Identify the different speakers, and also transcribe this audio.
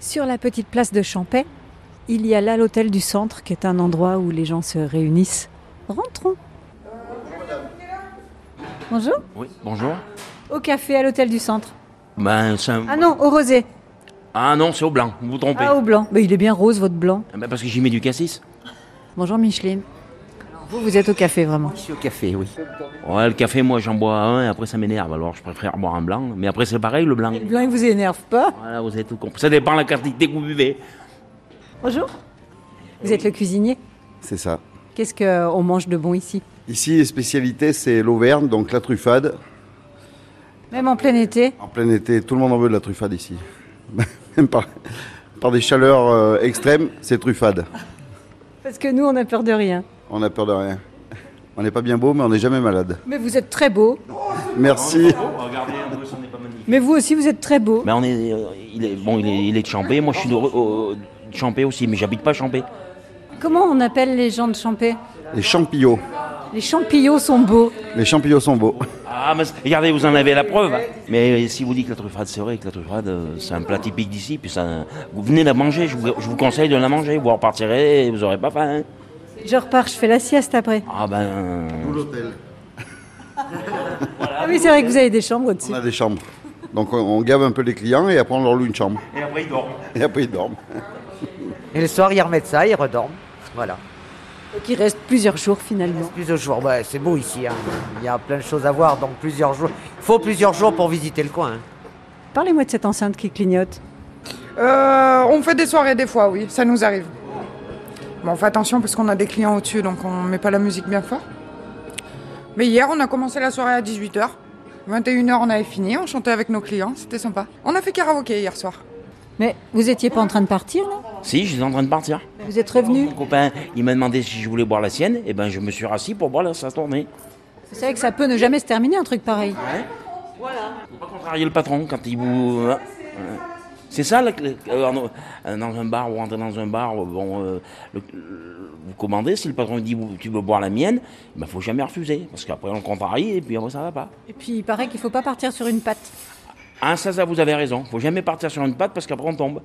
Speaker 1: Sur la petite place de Champais, il y a là l'hôtel du centre qui est un endroit où les gens se réunissent. Rentrons. Bonjour.
Speaker 2: Oui, bonjour.
Speaker 1: Au café à l'hôtel du centre.
Speaker 2: Ben, c'est un-
Speaker 1: Ah non, au rosé.
Speaker 2: Ah non, c'est au blanc, vous vous trompez.
Speaker 1: Ah, au blanc. Mais il est bien rose, votre blanc.
Speaker 2: Ben, parce que j'y mets du cassis.
Speaker 1: Bonjour, Micheline. Vous, vous êtes au café, vraiment.
Speaker 2: Je suis au café, oui. Ouais, le café, moi, j'en bois un et après, ça m'énerve. Alors, je préfère boire un blanc. Mais après, c'est pareil, le blanc.
Speaker 1: Le blanc, il vous énerve pas
Speaker 2: Voilà, vous avez tout compris. Ça dépend de la quantité que vous buvez.
Speaker 1: Bonjour. Vous êtes le cuisinier.
Speaker 3: C'est ça.
Speaker 1: Qu'est-ce qu'on mange de bon ici
Speaker 3: Ici, les spécialités, c'est l'Auvergne, donc la truffade.
Speaker 1: Même en plein été.
Speaker 3: En plein été, tout le monde en veut de la truffade ici. Même par, par des chaleurs euh, extrêmes, c'est truffade.
Speaker 1: Parce que nous, on a peur de rien.
Speaker 3: On a peur de rien. On n'est pas bien beau, mais on n'est jamais malade.
Speaker 1: Mais vous êtes très beau.
Speaker 3: Merci.
Speaker 2: regardez, on n'est pas magnifique.
Speaker 1: Mais vous aussi, vous êtes très beau.
Speaker 2: Ben, on est, euh, il est, bon, il est, il est de Champé. Moi, je suis de, euh, de Champé aussi, mais j'habite pas Champé.
Speaker 1: Comment on appelle les gens de Champé
Speaker 3: Les champignons.
Speaker 1: Les champignons sont beaux.
Speaker 3: Les champignons sont beaux.
Speaker 2: Ah, mais c'est- regardez, vous en avez la preuve. hein. Mais euh, si vous dites que la truffade, c'est vrai que la truffade, euh, c'est un plat typique d'ici. Puis ça, vous venez la manger, je vous, je vous conseille de la manger. Vous repartirez et vous aurez pas faim. hein.
Speaker 1: Je repars, je fais la sieste après.
Speaker 2: Ah ben...
Speaker 1: Ah oui, c'est vrai que vous avez des chambres au-dessus.
Speaker 3: On a des chambres. Donc on, on gave un peu les clients et après on leur loue une chambre.
Speaker 2: Et après, il dort.
Speaker 3: Et après ils dorment.
Speaker 4: Et le soir, ils remettent ça, ils redorment. Voilà.
Speaker 1: Donc il reste plusieurs jours finalement.
Speaker 4: Plus de jours, ouais, c'est beau ici. hein. Il y a plein de choses à voir, donc plusieurs jours. Il faut plusieurs jours pour visiter le coin. hein.
Speaker 1: Parlez-moi de cette enceinte qui clignote.
Speaker 5: Euh, on fait des soirées des fois, oui, ça nous arrive. Bon, on fait attention parce qu'on a des clients au-dessus, donc on met pas la musique bien fort. Mais hier, on a commencé la soirée à 18h. 21h, on avait fini, on chantait avec nos clients, c'était sympa. On a fait karaoké hier soir.
Speaker 1: Mais vous étiez pas en train de partir là
Speaker 2: Si, j'étais en train de partir.
Speaker 1: Vous êtes revenu
Speaker 2: Mon copain, il m'a demandé si je voulais boire la sienne. Et ben, je me suis rassis pour boire la, sa tournée.
Speaker 1: Vous savez que ça peut ne jamais se terminer un truc pareil.
Speaker 2: Faut pas contrarier le patron quand il vous... hein. C'est ça, la clé. Euh, en- euh, dans un bar, vous rentrez dans un bar, euh, bon, euh, le- le- vous commandez, si le patron dit vous- tu veux boire la mienne, il ben, faut jamais refuser, parce qu'après on le contrarie et puis après ça va pas.
Speaker 1: Et puis il paraît qu'il faut pas partir sur une patte.
Speaker 2: Ah ça, ça vous avez raison, faut jamais partir sur une patte parce qu'après on tombe.